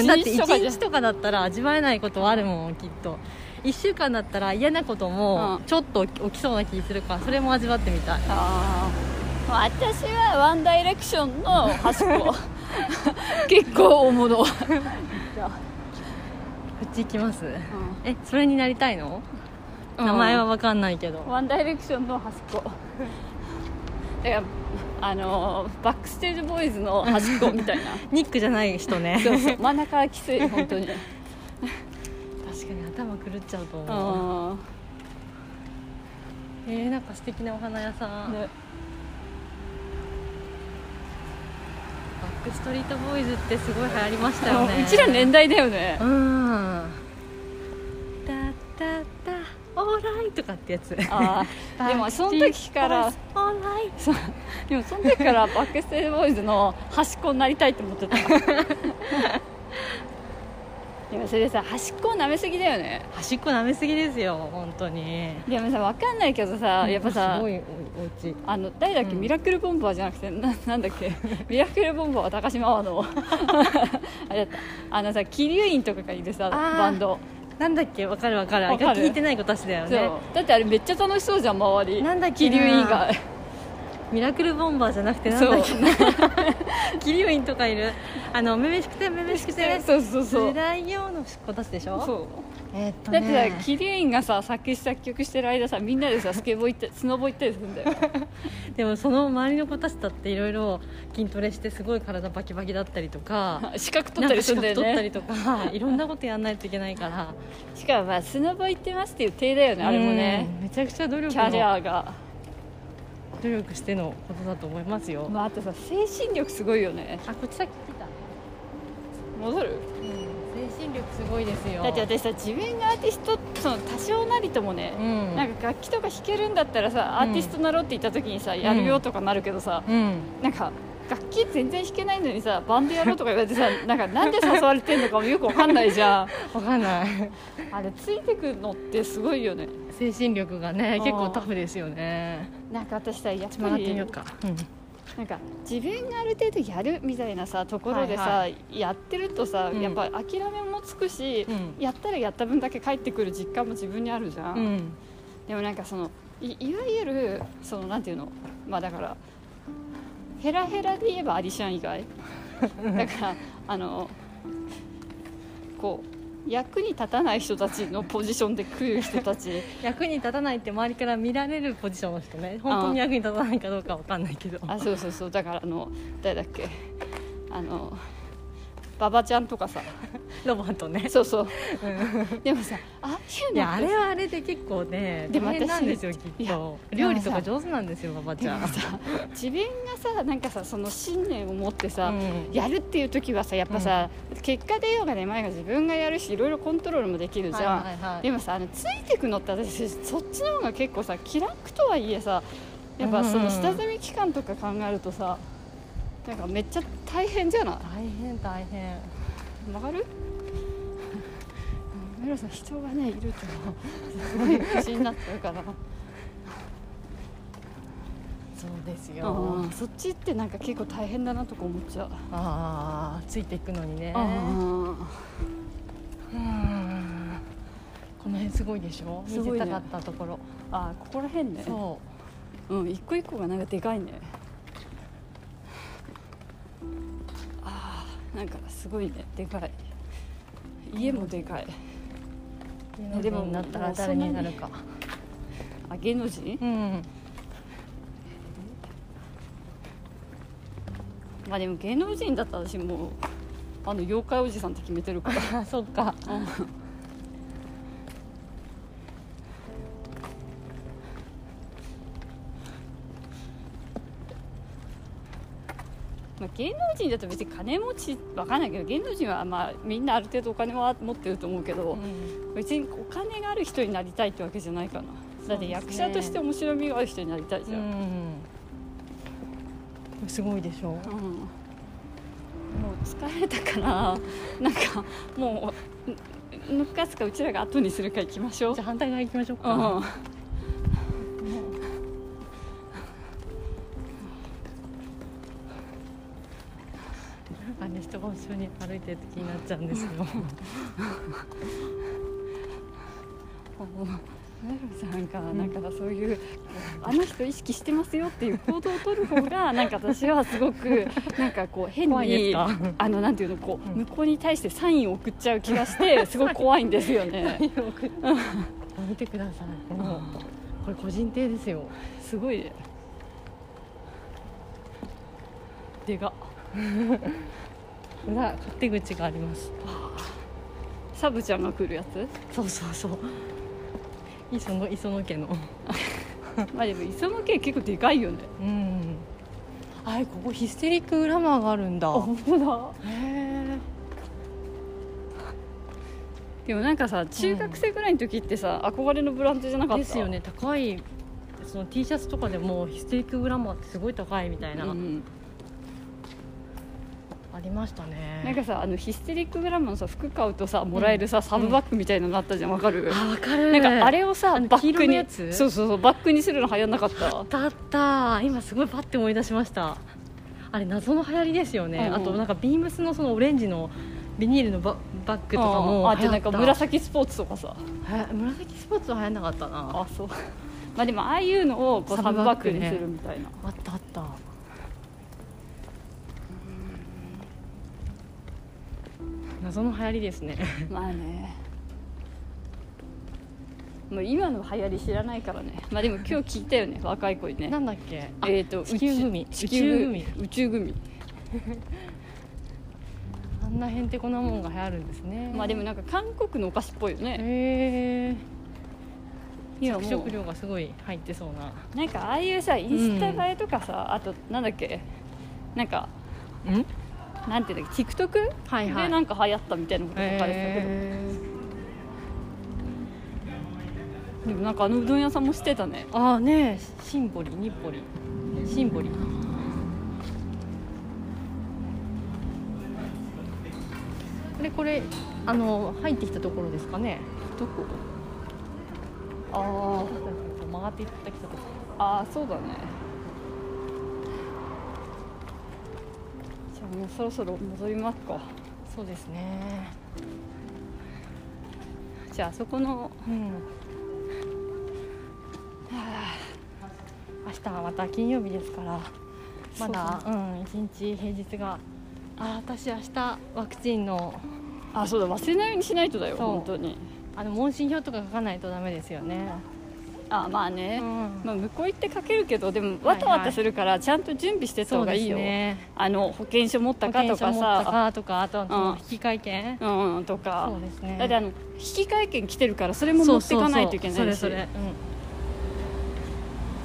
Speaker 2: だって
Speaker 1: <laughs> 一日とかじゃ
Speaker 2: 1日とかだったら味わえないことはあるもんきっと1週間だったら嫌なことも
Speaker 1: うん
Speaker 2: ちょっと起きそうな気するからそれも味わってみたい
Speaker 1: あーまあ私はワンダイレクションの端っ
Speaker 2: <laughs>
Speaker 1: こ結構大物、うん、
Speaker 2: こっち行きますえそれになりたいの名前は分かんないけど、
Speaker 1: ワンダイレクションの端っこ。だから、あのーバックステージボーイズの端っこみ <laughs> たいな。
Speaker 2: ニックじゃない人ね
Speaker 1: そう
Speaker 2: <laughs>
Speaker 1: そう、真ん中はきつい、本当に。
Speaker 2: 確かに頭狂っちゃうと思
Speaker 1: <laughs>
Speaker 2: う
Speaker 1: う
Speaker 2: えー、なんか素敵なお花屋さん、
Speaker 1: ん。ね
Speaker 2: バックストリートボーイズってすごい流行りましたよね
Speaker 1: うちら年代だよね
Speaker 2: う。ん「タッタッタオーライ」とかってやつ
Speaker 1: ああ、でも、その時から。
Speaker 2: オーライ
Speaker 1: そうでもその時からバックステージボーイズの端っこになりたいと思 <laughs> ってたでもそれでさ端っこを舐めすぎだよね
Speaker 2: 端っこ舐めすぎですよ本当に
Speaker 1: でもさ分かんないけどさやっぱさ
Speaker 2: すごいおお家
Speaker 1: あの誰だっけ、
Speaker 2: うん
Speaker 1: ミラクルボンバーじゃなくてななんだっ
Speaker 2: <laughs>
Speaker 1: けミラクルボンバーは高島アワのあれだったあのさ桐生院とかがいるさ
Speaker 2: ー
Speaker 1: バンド、
Speaker 2: なんだっけわかるわかる
Speaker 1: わかる
Speaker 2: 聞いてない子たちだよ
Speaker 1: そ
Speaker 2: ね
Speaker 1: うだってあれめっちゃ楽しそうじゃん周り
Speaker 2: なんだっけ
Speaker 1: 桐
Speaker 2: な
Speaker 1: 生院が
Speaker 2: ミラクルボンバーじゃなくてなんだっけなキリウインとかいるあの「めめしくてめめしくて」
Speaker 1: <laughs> そうそうそう
Speaker 2: 辛いよの子たちでしょ
Speaker 1: そう
Speaker 2: えーっと
Speaker 1: だって
Speaker 2: ね
Speaker 1: さ桐生院がさ作詞作曲してる間さみんなでさスケボー行ったりスノボ行ったりするんだよ
Speaker 2: <laughs> でもその周りの子たちだっていろいろ筋トレしてすごい体バキバキだったりとか
Speaker 1: 資格取ったりするんだよ
Speaker 2: なんか
Speaker 1: ね
Speaker 2: 資格取ったりとか <laughs> いろんなことやんないといけないから
Speaker 1: しかもまあスノボ行ってますっていう体だよね <laughs> あれもね
Speaker 2: うんめちゃくちゃ努力
Speaker 1: キャリ
Speaker 2: の
Speaker 1: アが、
Speaker 2: 努力してのことだと思いますよ、
Speaker 1: まあ、あとさ精神力すごいよね
Speaker 2: あこっちさっき来た、
Speaker 1: 戻る
Speaker 2: うん、精神力すごいですよ
Speaker 1: だって私さ自分がアーティストその多少なりともね
Speaker 2: う、ん
Speaker 1: なんか楽器とか弾けるんだったらさアーティストなろうって言った時にさ、やるよとかなるけどさ、
Speaker 2: うん
Speaker 1: なんか楽器全然弾けないのにさバンドやろうとか言われてさ <laughs> なんかなんで誘われてんのかもよくわかんないじゃ
Speaker 2: <laughs>
Speaker 1: ん
Speaker 2: わかんない
Speaker 1: あれついてくのってすごいよね
Speaker 2: 精神力がね
Speaker 1: あー
Speaker 2: 結構タフですよね
Speaker 1: なんか私さやっ
Speaker 2: ちょっと
Speaker 1: ぱ
Speaker 2: 曲がって
Speaker 1: り
Speaker 2: み
Speaker 1: な
Speaker 2: よ
Speaker 1: ん
Speaker 2: う
Speaker 1: か
Speaker 2: か、うん
Speaker 1: 自分がある程度やるみたいなさところでさ、
Speaker 2: は
Speaker 1: やってるとさ、
Speaker 2: うん
Speaker 1: やっぱ諦めもつくし、
Speaker 2: うん
Speaker 1: やったらやった分だけ返ってくる実感も自分にあるじゃ
Speaker 2: うん
Speaker 1: でもなんかそのいいわゆるそのなんていうのまあだからヘラヘラで言えばアディション以
Speaker 2: <laughs>
Speaker 1: 外だからあのこう役に立たない人たちのポジションで食う人た
Speaker 2: <laughs>
Speaker 1: ち
Speaker 2: 役に立たないって周りから見られるポジションの人ね本当に役に立たないかどうかわかんないけど
Speaker 1: あそうそうそうだからあの誰だっけあの馬場ちゃんとかさ
Speaker 2: ロボットね
Speaker 1: そうそうでもさああいうの
Speaker 2: いやあ
Speaker 1: って
Speaker 2: れはあれで結構ね
Speaker 1: で
Speaker 2: 大
Speaker 1: も
Speaker 2: 変なんですよ
Speaker 1: 私
Speaker 2: き
Speaker 1: い
Speaker 2: っ
Speaker 1: や
Speaker 2: と料理とか上手なんですよばばちゃん
Speaker 1: さ自分がさなんかさその信念を持ってさ、
Speaker 2: うん
Speaker 1: やるっていう時はさやっぱさ、結果出ようが出まいが自分がやるしいろいろコントロールもできるじゃん、
Speaker 2: はいはいはい
Speaker 1: でもさあのついてくのって私そっちの方が結構さ気楽とはいえさやっぱその下積み期間とか考えるとさなんかめっちゃ大変じゃない
Speaker 2: 大変大変
Speaker 1: 曲がる <laughs> メロさん人がねいるとすごい不思議になってるから
Speaker 2: そうです
Speaker 1: うんそっちってなんか結構大変だなとか思っちゃう、
Speaker 2: ああついていくのにね
Speaker 1: うん
Speaker 2: うんこの辺すごいでしょ
Speaker 1: す
Speaker 2: 見
Speaker 1: ご
Speaker 2: せ
Speaker 1: いね
Speaker 2: たかったところ
Speaker 1: あここら辺ね、
Speaker 2: そう
Speaker 1: ん、一個一個がなんかでかいねあーなんかすごいねでかい家もでかい
Speaker 2: 芸能人になったら誰になるか
Speaker 1: あ芸能人
Speaker 2: うん
Speaker 1: まあでも芸能人だったら私もうあの妖怪おじさんって決めてるから <laughs>
Speaker 2: あそっか
Speaker 1: まあ芸能人だと別に金持ちわかんないけど芸能人はまあみんなある程度お金は持ってると思うけど、別にお金がある人になりたいってわけじゃないかなだって役者として面白みがある人になりたいじ
Speaker 2: う
Speaker 1: ゃん、
Speaker 2: んすごいでしょ
Speaker 1: うんもう疲れたから <laughs> なんかもうぬぬかすかうちらが後にするか行きましょう
Speaker 2: じゃあ反対側行きましょうか
Speaker 1: うん
Speaker 2: なんかね人が後ろに歩いてる時になっちゃうんですよ <laughs>
Speaker 1: なんか、なんかそういうあの人意識してますよっていう行動を取る方
Speaker 2: <laughs>
Speaker 1: がなんか私はすごくなんかこう変
Speaker 2: 怖いです
Speaker 1: に
Speaker 2: か
Speaker 1: あのなんていうのこう、
Speaker 2: う
Speaker 1: 向
Speaker 2: ん
Speaker 1: こうに対してサインを送っちゃう気が
Speaker 2: <laughs>
Speaker 1: してすごい怖いんですよね
Speaker 2: 見てくださいもうこれ個人艇ですよ
Speaker 1: すごいねでが
Speaker 2: 裏勝手口があります
Speaker 1: サブちゃんが来るやつ
Speaker 2: そうそうそう磯野磯野家の
Speaker 1: まあでも磯野家結構でかいよね
Speaker 2: うんあれここヒステリックグラマーがあるんだ
Speaker 1: 当だ
Speaker 2: へえ
Speaker 1: でもなんかさ中学生ぐらいの時ってさ、憧れのブランドじゃなかった
Speaker 2: ですよね高いその T シャツとかでもヒステリックグラマーってすごい高いみたいな、
Speaker 1: うん
Speaker 2: ありましたね
Speaker 1: なんかさあのヒステリックグラムのさ服買うとさもらえるさ、サブバッグみたいなのあったじゃんわかる、
Speaker 2: あわかる
Speaker 1: なんかあれをさ
Speaker 2: あの
Speaker 1: バッ
Speaker 2: 黄
Speaker 1: グ
Speaker 2: 色の
Speaker 1: に
Speaker 2: やつ
Speaker 1: そうそうそうバッグにするの流行んなかった
Speaker 2: あったあった今すごいパッて思い出しましたあれ謎の流行りですよね、
Speaker 1: うん
Speaker 2: あとなんかビームスのそのオレンジのビニールのババッグとか
Speaker 1: あ
Speaker 2: も
Speaker 1: あとなんか
Speaker 2: 流行った
Speaker 1: 紫スポーツとかさ
Speaker 2: え紫スポーツは流行んなかったなあ
Speaker 1: あそうまあでもああいうのをこうサ
Speaker 2: サ
Speaker 1: ブ
Speaker 2: ブ
Speaker 1: バ
Speaker 2: バ
Speaker 1: ッグ
Speaker 2: ッグ
Speaker 1: に
Speaker 2: ね
Speaker 1: するみたいな、
Speaker 2: ったあった謎の流行りで
Speaker 1: <laughs>
Speaker 2: すね
Speaker 1: まあねもう今の流行り知らないからねまあでも今日聞いたよね若い子にね
Speaker 2: なんだっけあ
Speaker 1: えー、と
Speaker 2: 地球グミ
Speaker 1: 宇宙組
Speaker 2: 宇宙
Speaker 1: 宇宙組
Speaker 2: あんなへんてこなもんが流行るんですね
Speaker 1: まあでもなんか韓国のお菓子っぽいよね
Speaker 2: へえ
Speaker 1: 今も
Speaker 2: 食
Speaker 1: う
Speaker 2: 料がすごい入ってそうな
Speaker 1: なんかああいうさインスタ映えとかさ、あとなんだっけなんか
Speaker 2: うん
Speaker 1: なんていうんだっけ TikTok、
Speaker 2: はいはい
Speaker 1: でなんか流行ったみたいなこと書かれてたけど、
Speaker 2: え
Speaker 1: でもなんかあのうどん屋さんもしてたね
Speaker 2: ああねシンボリニッポリシンボリでこれあの入ってきたところですかね
Speaker 1: どこあ
Speaker 2: 曲がっていったきたとこ
Speaker 1: あああそうだねじゃあもうそろそろ戻りますか
Speaker 2: そうですね
Speaker 1: じゃああそこの
Speaker 2: うん明日はまた金曜日ですからまだうん一日平日があー私明日ワクチンの
Speaker 1: あそうだ忘れないようにしないとだよ
Speaker 2: そう
Speaker 1: 本当に
Speaker 2: あの問診票とか書かないとダメですよね、
Speaker 1: あまあね、
Speaker 2: うん
Speaker 1: まあ、向こう行ってかけるけどでもわたわたするからちゃんと準備してった
Speaker 2: そ
Speaker 1: 方
Speaker 2: う
Speaker 1: が
Speaker 2: で
Speaker 1: いい
Speaker 2: す
Speaker 1: よ、
Speaker 2: ね
Speaker 1: あの保険証持ったかと
Speaker 2: 保険
Speaker 1: か
Speaker 2: 証持った
Speaker 1: さ
Speaker 2: かとかあとはその引き換え券、
Speaker 1: うんとか
Speaker 2: そうですね
Speaker 1: だってあの引き換え券来てるからそれも持っていかないといけないし
Speaker 2: そうそうそうそれそれ、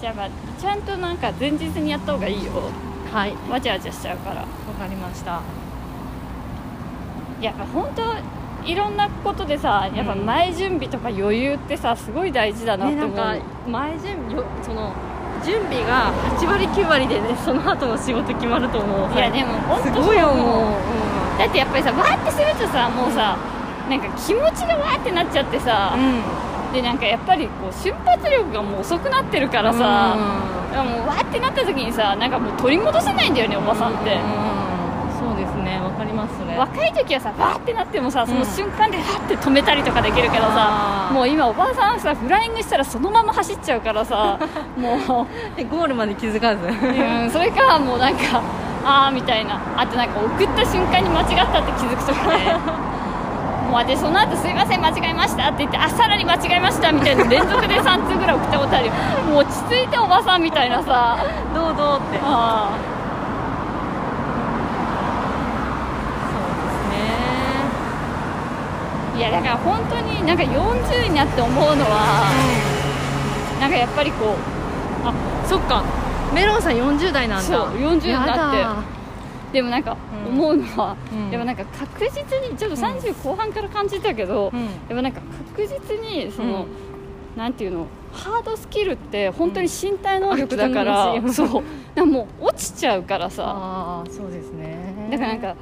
Speaker 1: じゃあ、まあ、ちゃんとなんか前日にやった方がいいよ
Speaker 2: うん、はいわ
Speaker 1: わちゃわちゃしちゃうから
Speaker 2: かりました
Speaker 1: いや本当いろんなことでさやっぱ前準備とか余裕ってさすごい大事だなっ
Speaker 2: ね
Speaker 1: て
Speaker 2: な
Speaker 1: 思
Speaker 2: ん
Speaker 1: う、
Speaker 2: か前準備よその準備が8割9割でねその後の仕事決まると思う
Speaker 1: い
Speaker 2: い
Speaker 1: やでも本当
Speaker 2: すごいよもう、うん
Speaker 1: だってやっぱりさわーってするとさもうさ、なんか気持ちがわーってなっちゃってさ、でなんかやっぱりこう瞬発力がもう遅くなってるからさ、だからもうわーってなった時にさなんかもう取り戻せないんだよねおばさんって、
Speaker 2: うんそうですねわかりますそれ
Speaker 1: 若い時はさわーってなってもさその
Speaker 2: うん
Speaker 1: 瞬間でわーって止めたりとかできるけどさ、
Speaker 2: あー
Speaker 1: もう今おばさんさフライングしたらそのまま走っちゃうから
Speaker 2: <laughs>
Speaker 1: さもう
Speaker 2: でゴールまで気づかず
Speaker 1: <laughs> うん、それかもうなんか
Speaker 2: <laughs>
Speaker 1: ああみたいなあとなんか送った瞬間に間違ったって気づくとかね
Speaker 2: う
Speaker 1: もう私その後すいません間違えましたって言ってあさらに間違えましたみたいな連続で3通ぐらい送ったことあるよもう落ち着いておばさんみたいなさ
Speaker 2: どうどうってそう
Speaker 1: あ
Speaker 2: で
Speaker 1: あいやだから本当になんか40になって思うのはなんかやっぱりこう
Speaker 2: すねそっかメロンさん40代なんだ
Speaker 1: そう40になって
Speaker 2: やだ
Speaker 1: でもなんか
Speaker 2: うん
Speaker 1: 思うのは、
Speaker 2: うん
Speaker 1: でもなんか確実にちょっと30後半から感じたけど、
Speaker 2: うん
Speaker 1: でもなんか確実にその、
Speaker 2: うん
Speaker 1: なんていうのハードスキルって本当に身体能力だか
Speaker 2: うん
Speaker 1: ら、
Speaker 2: あ人の話
Speaker 1: そうだからもう落ちちゃうからさ
Speaker 2: ああそうですね
Speaker 1: だからなんか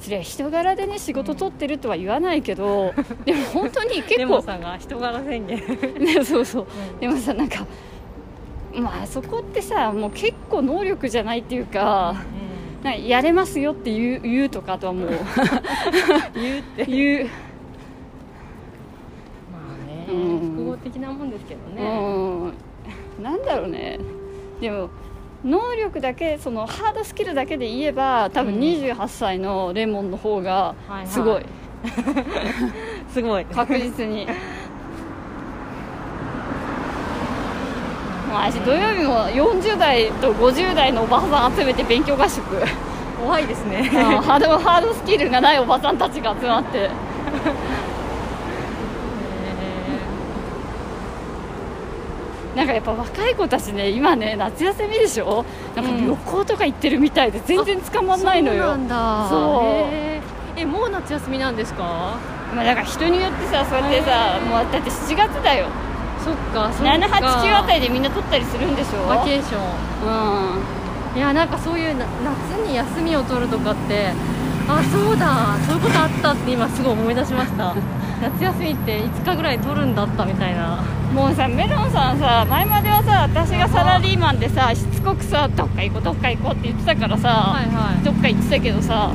Speaker 1: それは人柄でね仕事取ってるとは言わないけ
Speaker 2: <laughs>
Speaker 1: ど、でも本当に
Speaker 2: レ
Speaker 1: 結
Speaker 2: モン
Speaker 1: 構
Speaker 2: さんが人柄宣言
Speaker 1: ね、そうそう、
Speaker 2: ん
Speaker 1: でもさなんかまあそこってさもう結構能力じゃないっていうかなんかやれますよって言う言うとかあとはもう
Speaker 2: <laughs> 言うって
Speaker 1: 言う、
Speaker 2: まあね
Speaker 1: うん
Speaker 2: 複合的なもんですけどね
Speaker 1: うんなんだろうねでも能力だけそのハードスキルだけで言えば多分
Speaker 2: うん
Speaker 1: 28歳のレモンの方が
Speaker 2: はいはい
Speaker 1: すごい、
Speaker 2: すごい
Speaker 1: 確実に <laughs> まあ私土曜日も40代と50代のおばさん集めて勉強合宿
Speaker 2: 怖いですね
Speaker 1: あ <laughs> のハードハードスキルがないおばさんたちが集まってなんかやっぱ若い子たちね今ね夏休みでしょなんか
Speaker 2: うん
Speaker 1: 旅行とか行ってるみたいで全然捕まんないのよ、
Speaker 2: そうなんだ
Speaker 1: そう
Speaker 2: へーえもう夏休みなんですか
Speaker 1: まあ、だから人によってさそうやってさ
Speaker 2: へー
Speaker 1: もうだって7月だよ
Speaker 2: そっかそっか
Speaker 1: 789あた
Speaker 2: り
Speaker 1: りでみんな取ったりするんでしょ
Speaker 2: バケーション
Speaker 1: うん
Speaker 2: いやなんかそういうな夏に休みを取るとかってあそうだそういうことあったって今すごい思い出しました
Speaker 1: <laughs>
Speaker 2: 夏休みって5日ぐらい取るんだったみたいな
Speaker 1: もうさメロンさんさ前まではさ私がサラリーマンでさしつこくさどっか行こうどっか行こうって言ってたからさ、
Speaker 2: はいはい
Speaker 1: どっか行ってたけどさ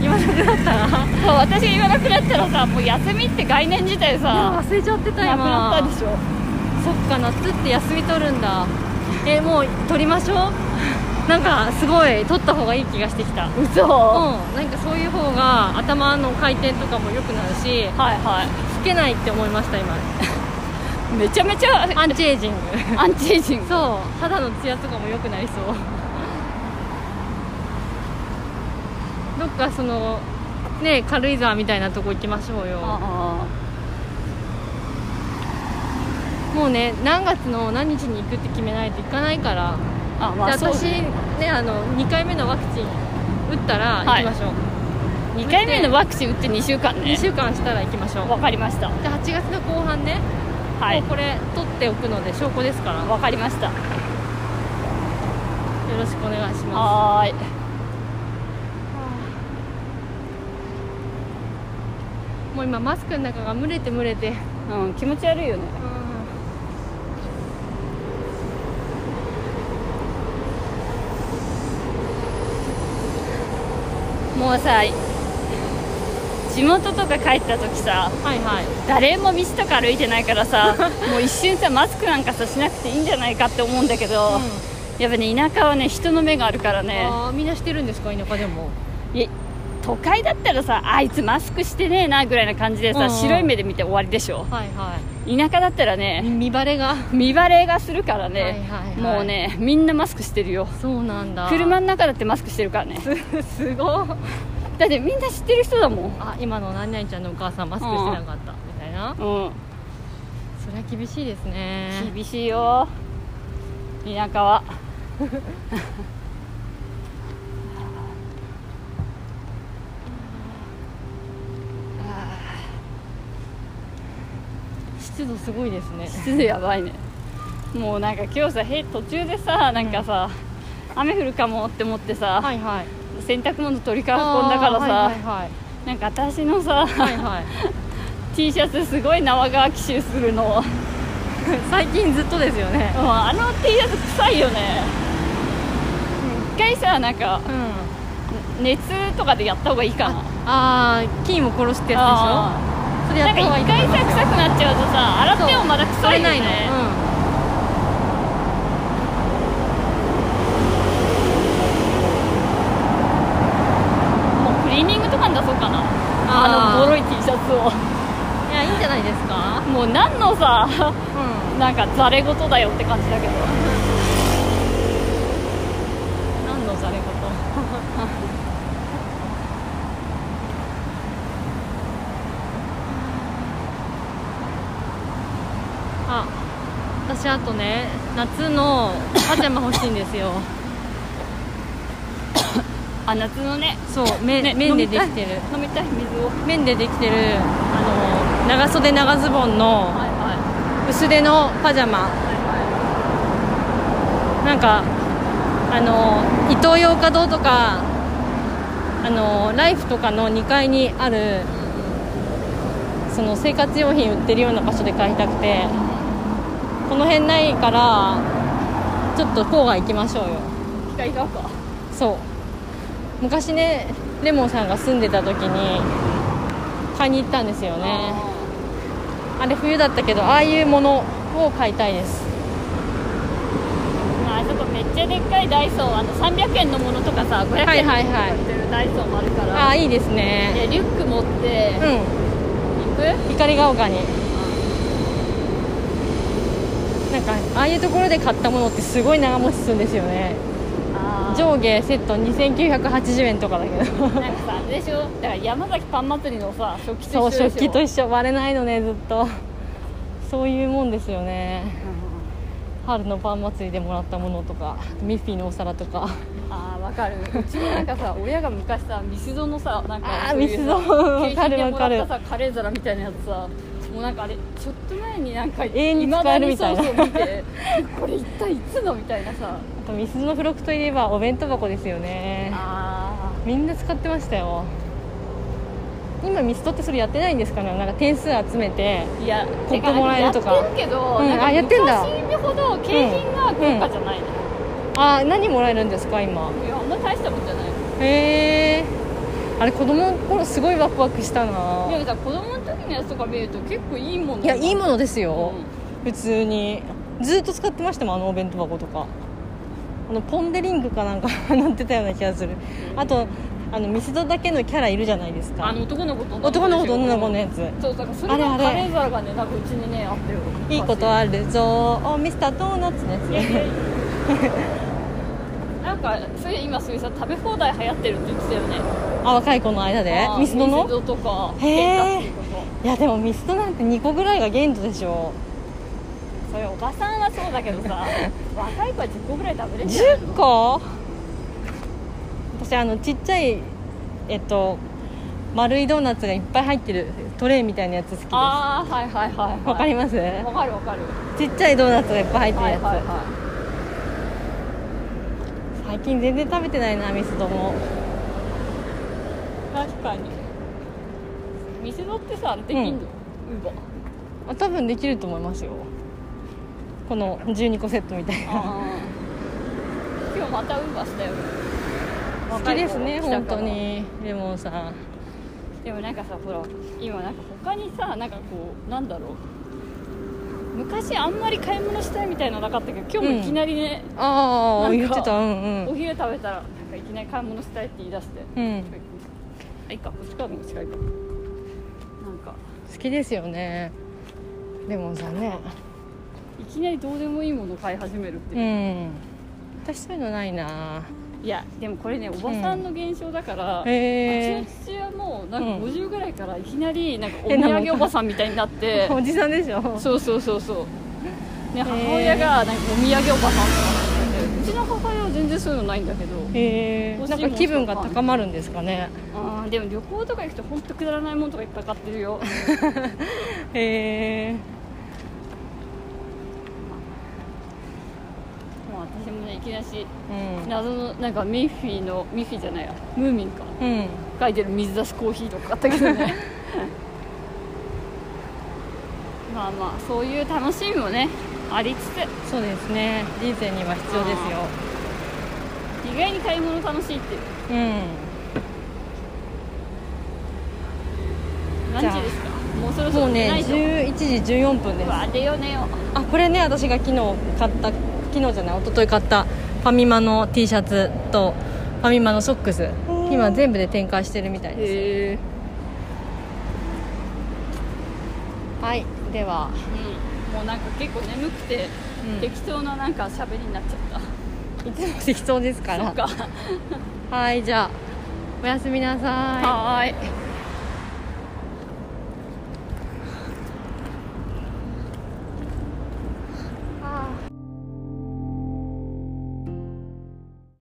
Speaker 2: 言わなく
Speaker 1: <laughs>
Speaker 2: なったらい
Speaker 1: そう私が言わなくなったらさもう休みって概念自体
Speaker 2: や
Speaker 1: さ
Speaker 2: 忘れちゃってた今
Speaker 1: なくなったでしょ
Speaker 2: そっか夏って休み取るんだえもう取りましょうなんかすごい取った方がいい気がしてきたうん
Speaker 1: 嘘、は
Speaker 2: なんかそういう方が頭の回転とかも良くなるし
Speaker 1: いは
Speaker 2: 老けないって思い
Speaker 1: <laughs>
Speaker 2: ました今
Speaker 1: いめちゃめちゃ
Speaker 2: アンチエイジング
Speaker 1: アンチエイジング
Speaker 2: そう肌のツヤとかも良くなりそう
Speaker 1: <laughs>
Speaker 2: どっかそのね軽井沢みたいなとこ行きましょうよ
Speaker 1: あ
Speaker 2: もうね何月の何日に行くって決めないと行かないから、
Speaker 1: ああまあ
Speaker 2: で
Speaker 1: そう
Speaker 2: 私ねあの2回目のワクチン打ったら行きましょう、
Speaker 1: 2回目のワクチン打って2週間
Speaker 2: 2
Speaker 1: ね
Speaker 2: 週間したら行きましょう
Speaker 1: わかりました
Speaker 2: で8月の後半ね、
Speaker 1: はい
Speaker 2: もうこれ取っておくので証拠ですからよ
Speaker 1: わかりました
Speaker 2: ろしくお願いしま
Speaker 1: はーい
Speaker 2: すもう今マスクの中が蒸れて蒸れ
Speaker 1: う
Speaker 2: て
Speaker 1: ん気持ち悪いよねもうさ地元とか帰った時さ
Speaker 2: はいはい
Speaker 1: 誰も道とか歩いてないから
Speaker 2: <laughs>
Speaker 1: さもう一瞬さマスクなんかさしなくていいんじゃないかって思うんだけど、やっぱね田舎はね人の目があるからね
Speaker 2: あーみんなしてるんですか田舎でも
Speaker 1: いや都会だったらさあいつマスクしてねえなぐらいな感じでさ、
Speaker 2: うんうん
Speaker 1: 白い目で見て終わりでしょ
Speaker 2: はいは
Speaker 1: 田舎だったら
Speaker 2: い
Speaker 1: ね
Speaker 2: 見バレが
Speaker 1: 見バレがするからね、
Speaker 2: はいはいはい
Speaker 1: もうねみんなマスクしてるよ
Speaker 2: そうなんだ
Speaker 1: 車の中だってマスクしてるからね
Speaker 2: す <laughs> すごい
Speaker 1: だってみんな知ってる人だもん
Speaker 2: あ今の何々ちゃんのお母さんマスクしてなかったみたいな
Speaker 1: うん
Speaker 2: それは厳しいですね
Speaker 1: 厳しいよ田舎は
Speaker 2: 湿度すごいですね
Speaker 1: 湿度やばいねもうなんか今日さへ途中でさなんかさ、雨降るかもって思ってさ、
Speaker 2: はいはい
Speaker 1: 洗濯物取り囲んだからさ、
Speaker 2: あーはい
Speaker 1: なんか私のさ、
Speaker 2: はいはいはいはい
Speaker 1: T シャツすごい生乾き臭するの、
Speaker 2: <laughs> 最近ずっとですよね
Speaker 1: うんあの T シャツ臭いよね一回さなんか
Speaker 2: うん
Speaker 1: 熱とかでやった方がいいかな
Speaker 2: ああ菌を殺してやつ
Speaker 1: あ
Speaker 2: でしょそれ
Speaker 1: ー
Speaker 2: や
Speaker 1: な
Speaker 2: っ
Speaker 1: んか
Speaker 2: た方がいい
Speaker 1: 一回さ臭くなっちゃうとさ洗ってもまだ臭いよ
Speaker 2: 取れ
Speaker 1: ね
Speaker 2: ないの、うん
Speaker 1: もうクリーニングとかに出そうかなあ
Speaker 2: あー
Speaker 1: のボロい T シャツシャツを
Speaker 2: いやいいんじゃないですか
Speaker 1: もう何のさ
Speaker 2: うん
Speaker 1: なんかざれ言だよって感じだけど
Speaker 2: 何のざれこと <laughs> あ私あとね夏のパジャマ欲しいんで
Speaker 1: <laughs>
Speaker 2: すよ
Speaker 1: あ夏のね
Speaker 2: そう、め綿でできてる
Speaker 1: 飲みたい飲みたい水を
Speaker 2: 綿でできてるあの長袖長ズボンの
Speaker 1: いは
Speaker 2: 薄手のパジャマ
Speaker 1: いは
Speaker 2: なんかあのイトーヨーカドーとかあのライフとかの2階にあるその生活用品売ってるような場所で買いたくてこの辺ないからちょっと郊外行きましょうよ
Speaker 1: い光が丘
Speaker 2: そう昔ねレモンさんが住んでた時に買いに行ったんですよねあれ冬だったけどああいうものを買いたいです
Speaker 1: まああそこめっちゃでっかいダイソーあの300円のものとかさ500
Speaker 2: はい
Speaker 1: 円の
Speaker 2: はい
Speaker 1: ものとか
Speaker 2: はい
Speaker 1: 売ってるダイソーもあるから、
Speaker 2: ああいいです
Speaker 1: で
Speaker 2: ね
Speaker 1: リュック持って
Speaker 2: う
Speaker 1: 行
Speaker 2: ん
Speaker 1: く、
Speaker 2: 光が丘になんかああいうところで買ったものってすごい長持ちするんですよね
Speaker 1: あー
Speaker 2: 上下セット2980円とかだ
Speaker 1: <laughs>
Speaker 2: け
Speaker 1: な
Speaker 2: ど
Speaker 1: んかさあれでしょだから山崎パン祭りのさ食器
Speaker 2: そ
Speaker 1: と
Speaker 2: う
Speaker 1: 一緒でしょ
Speaker 2: 食器と一緒割れないのねずっとそういうもんですよね春のパン祭りでもらったものとかミッフィーのお皿とか
Speaker 1: ああわかるうちもなんか
Speaker 2: <laughs>
Speaker 1: さ親が昔さミスドのさなんか
Speaker 2: あー
Speaker 1: そういうさ
Speaker 2: ミスド
Speaker 1: 景品で
Speaker 2: わかる
Speaker 1: もら
Speaker 2: わ
Speaker 1: っ
Speaker 2: か
Speaker 1: たさカレー皿みたいなやつさもうなんかあれちょっと前になんか
Speaker 2: 永遠に使えるみたいな
Speaker 1: 未だにそうそう見てこれ一体いつのみたいな
Speaker 2: <laughs>
Speaker 1: さ
Speaker 2: あとミスズの付録といえばお弁当箱ですよね
Speaker 1: あ
Speaker 2: みんな使ってましたよ今ミスドってそれやってないんですかねなんか点数集めて
Speaker 1: あいや
Speaker 2: コップもらえるとか
Speaker 1: やってるけど、
Speaker 2: うん
Speaker 1: なんか
Speaker 2: あやってんだ
Speaker 1: 昔ほど景品が豪華じゃないの、
Speaker 2: ああ何もらえるんですか今
Speaker 1: いやあんま大したことじゃない
Speaker 2: へえあれ子供の頃すごいワクワクしたない
Speaker 1: やだから子供の時のやつとか見ると結構いいもん
Speaker 2: いやいいものです
Speaker 1: の
Speaker 2: よ、普通にずっと使ってましたもんあのお弁当箱とかあのポン・デ・リングかなんか <laughs> なってたような気がするあとあのミスドだけのキャラいるじゃないです
Speaker 1: あ
Speaker 2: か
Speaker 1: の男の子と
Speaker 2: 男の子と女の子
Speaker 1: ね
Speaker 2: のやつ
Speaker 1: そうだからそれがカ
Speaker 2: あれあれ
Speaker 1: レー皿がねなんかうちにねあったよ
Speaker 2: いいことあるぞーおミスタードーナツのやつ
Speaker 1: いやい
Speaker 2: ね
Speaker 1: やいやなんかそれ今そういうさ食べ放題流行ってるって言ってたよね
Speaker 2: あ若い子の間で
Speaker 1: あー
Speaker 2: ミスド
Speaker 1: ミス
Speaker 2: の
Speaker 1: ドとか
Speaker 2: へー
Speaker 1: ケンタッキーとか
Speaker 2: いやでもミスドなんて2個ぐらいが限度でしょ
Speaker 1: それおばさんはそうだけどさ若い子は10個ぐらい食べれる
Speaker 2: 10個私あのちっちゃいえっと丸いドーナツがいっぱい入ってるトレイみたいなやつ好きですわ
Speaker 1: ああはいはいはいはい
Speaker 2: かります
Speaker 1: わかるわかる
Speaker 2: ちっちゃいドーナツがいっぱい入ってる
Speaker 1: はい
Speaker 2: やつ、
Speaker 1: はいは
Speaker 2: 最近全然食べてないなミスドも
Speaker 1: い確かにミスドってさできんのうんば
Speaker 2: あ多分できると思いますよこの12個セットみたいな
Speaker 1: あー今日またウーバーしたよ
Speaker 2: 好きですね
Speaker 1: 若い子
Speaker 2: 本
Speaker 1: が来たから
Speaker 2: 当にレモンさん
Speaker 1: でもなんかさほら今なんか他にさなんかこうなんだろう昔あんまり買い物したいみたいのなかったけど今日もいきなりね、
Speaker 2: あ
Speaker 1: な
Speaker 2: あ
Speaker 1: んか
Speaker 2: 言ってたうんう
Speaker 1: お
Speaker 2: ん
Speaker 1: 昼食べたらなんかいきなり買い物したいって言い出して、
Speaker 2: うん
Speaker 1: あいいかこっちからもこっちからいいかなんか
Speaker 2: 好きですよねレモンさんね
Speaker 1: いきなりどうでもいいもの買い始めるって
Speaker 2: う
Speaker 1: いう、
Speaker 2: ん私そういうのないない
Speaker 1: やでもこれねおばさんの現象だから、うち
Speaker 2: へ
Speaker 1: の
Speaker 2: え
Speaker 1: 父親もなんか
Speaker 2: うん
Speaker 1: 50ぐらいからいきなりなんかお土
Speaker 2: 変なもん
Speaker 1: 産おばさんみたいにな
Speaker 2: <laughs>
Speaker 1: って
Speaker 2: おじさんでしょ
Speaker 1: そうそうそうそう、ね、母親がなんかお土産おばさんとかってうちの母親は全然そういうのないんだけど
Speaker 2: へえ
Speaker 1: 欲しい
Speaker 2: な
Speaker 1: も
Speaker 2: ん
Speaker 1: ん
Speaker 2: か気分が高まるんですかね
Speaker 1: あーでも旅行とか行くと本当くだらないものとかいっぱい買ってるよ
Speaker 2: へえ
Speaker 1: もう私もねいきなし
Speaker 2: うん
Speaker 1: 謎のなんかミッフィーのミッフィーじゃないやムーミンか
Speaker 2: うん
Speaker 1: 書いてる水出しコーヒーとか買ったけどね <laughs> まあまあそういう楽しみもねありつつ
Speaker 2: そうですね人生には必要ですよ
Speaker 1: 意外に買い物楽しいっていう
Speaker 2: う
Speaker 1: 何
Speaker 2: じゃあ
Speaker 1: 時ですかもうそろ
Speaker 2: ん
Speaker 1: そ
Speaker 2: も
Speaker 1: ろ
Speaker 2: う
Speaker 1: 寝
Speaker 2: ね
Speaker 1: ないと
Speaker 2: 11時14分で
Speaker 1: う
Speaker 2: す
Speaker 1: わ出よう寝よう
Speaker 2: あこれね私が昨日買った昨日じゃない一昨日買ったファミマの T シャツとファミマのソックス今全部で展開してるみたいで
Speaker 1: へ
Speaker 2: す
Speaker 1: え
Speaker 2: はいでは
Speaker 1: うん、もうなんか結構眠くて、
Speaker 2: うん
Speaker 1: 適当ななんか喋りになっちゃっ
Speaker 2: いつも適当ですか
Speaker 1: た
Speaker 2: ら
Speaker 1: なんか
Speaker 2: はいじゃあおやすみなさい
Speaker 1: はーい